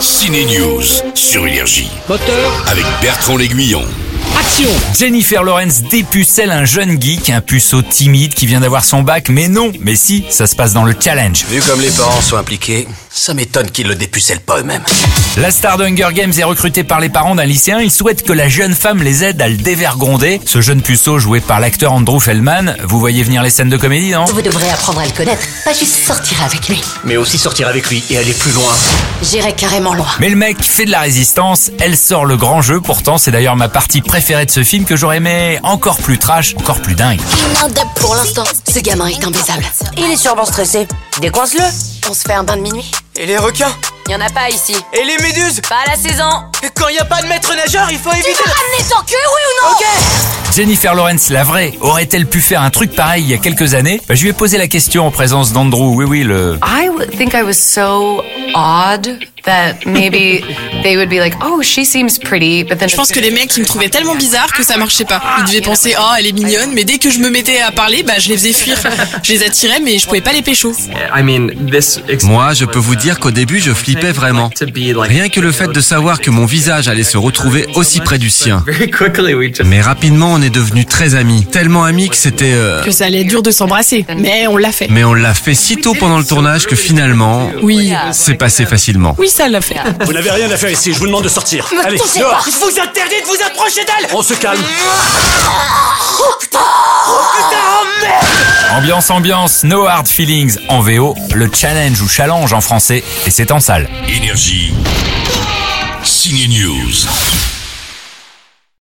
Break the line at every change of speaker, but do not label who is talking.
Ciné News sur Énergie
Moteur,
avec Bertrand L'Aiguillon.
action
Jennifer Lawrence dépucelle un jeune geek, un puceau timide qui vient d'avoir son bac, mais non, mais si, ça se passe dans le challenge.
Vu comme les parents sont impliqués, ça m'étonne qu'ils le dépucellent pas eux-mêmes.
La star de Hunger Games est recrutée par les parents d'un lycéen, il souhaite que la jeune femme les aide à le dévergonder. Ce jeune puceau joué par l'acteur Andrew Feldman, vous voyez venir les scènes de comédie, non
Vous devrez apprendre à le connaître, pas juste sortir avec lui.
Mais aussi sortir avec lui et aller plus loin.
J'irai carrément loin.
Mais le mec fait de la résistance, elle sort le grand jeu, pourtant c'est d'ailleurs ma partie préférée de ce film que j'aurais aimé encore plus trash, encore plus dingue.
Inindable pour l'instant. Ce gamin est imbaisable.
Il est sûrement stressé. Décoince-le.
On se fait un bain de minuit
Et les requins
Il en a pas ici.
Et les méduses
Pas à la saison.
Et Quand y a pas de maître nageur, il faut éviter
Ramenez ton cul, oui ou non
Jennifer Lawrence, la vraie, aurait-elle pu faire un truc pareil il y a quelques années Bah, Je lui ai posé la question en présence d'Andrew, oui oui, le...
I would think I was so odd that maybe they would be like, oh, she seems pretty, but then
Je pense que les mecs, ils me trouvaient tellement bizarre que ça marchait pas. Ils devaient penser, oh, elle est mignonne, mais dès que je me mettais à parler, bah, je les faisais fuir. Je les attirais, mais je pouvais pas les pécho.
Moi, je peux vous dire qu'au début, je flippais vraiment. Rien que le fait de savoir que mon visage allait se retrouver aussi près du sien. Mais rapidement, on est devenus très amis. Tellement amis que c'était... euh,
Que ça allait être dur de s'embrasser. Mais on l'a fait.
Mais on l'a fait si tôt pendant le tournage que finalement,
Oui.
c'est passé facilement.
Oui, ça l'a fait.
Vous n'avez rien à faire ici, je vous demande de sortir. Allez,
touchez pas.
Je vous interdis de vous approcher d'elle
on se calme.
Ambiance, ambiance, no hard feelings en VO, le challenge ou challenge en français, et c'est en salle.
Énergie. Ciné News.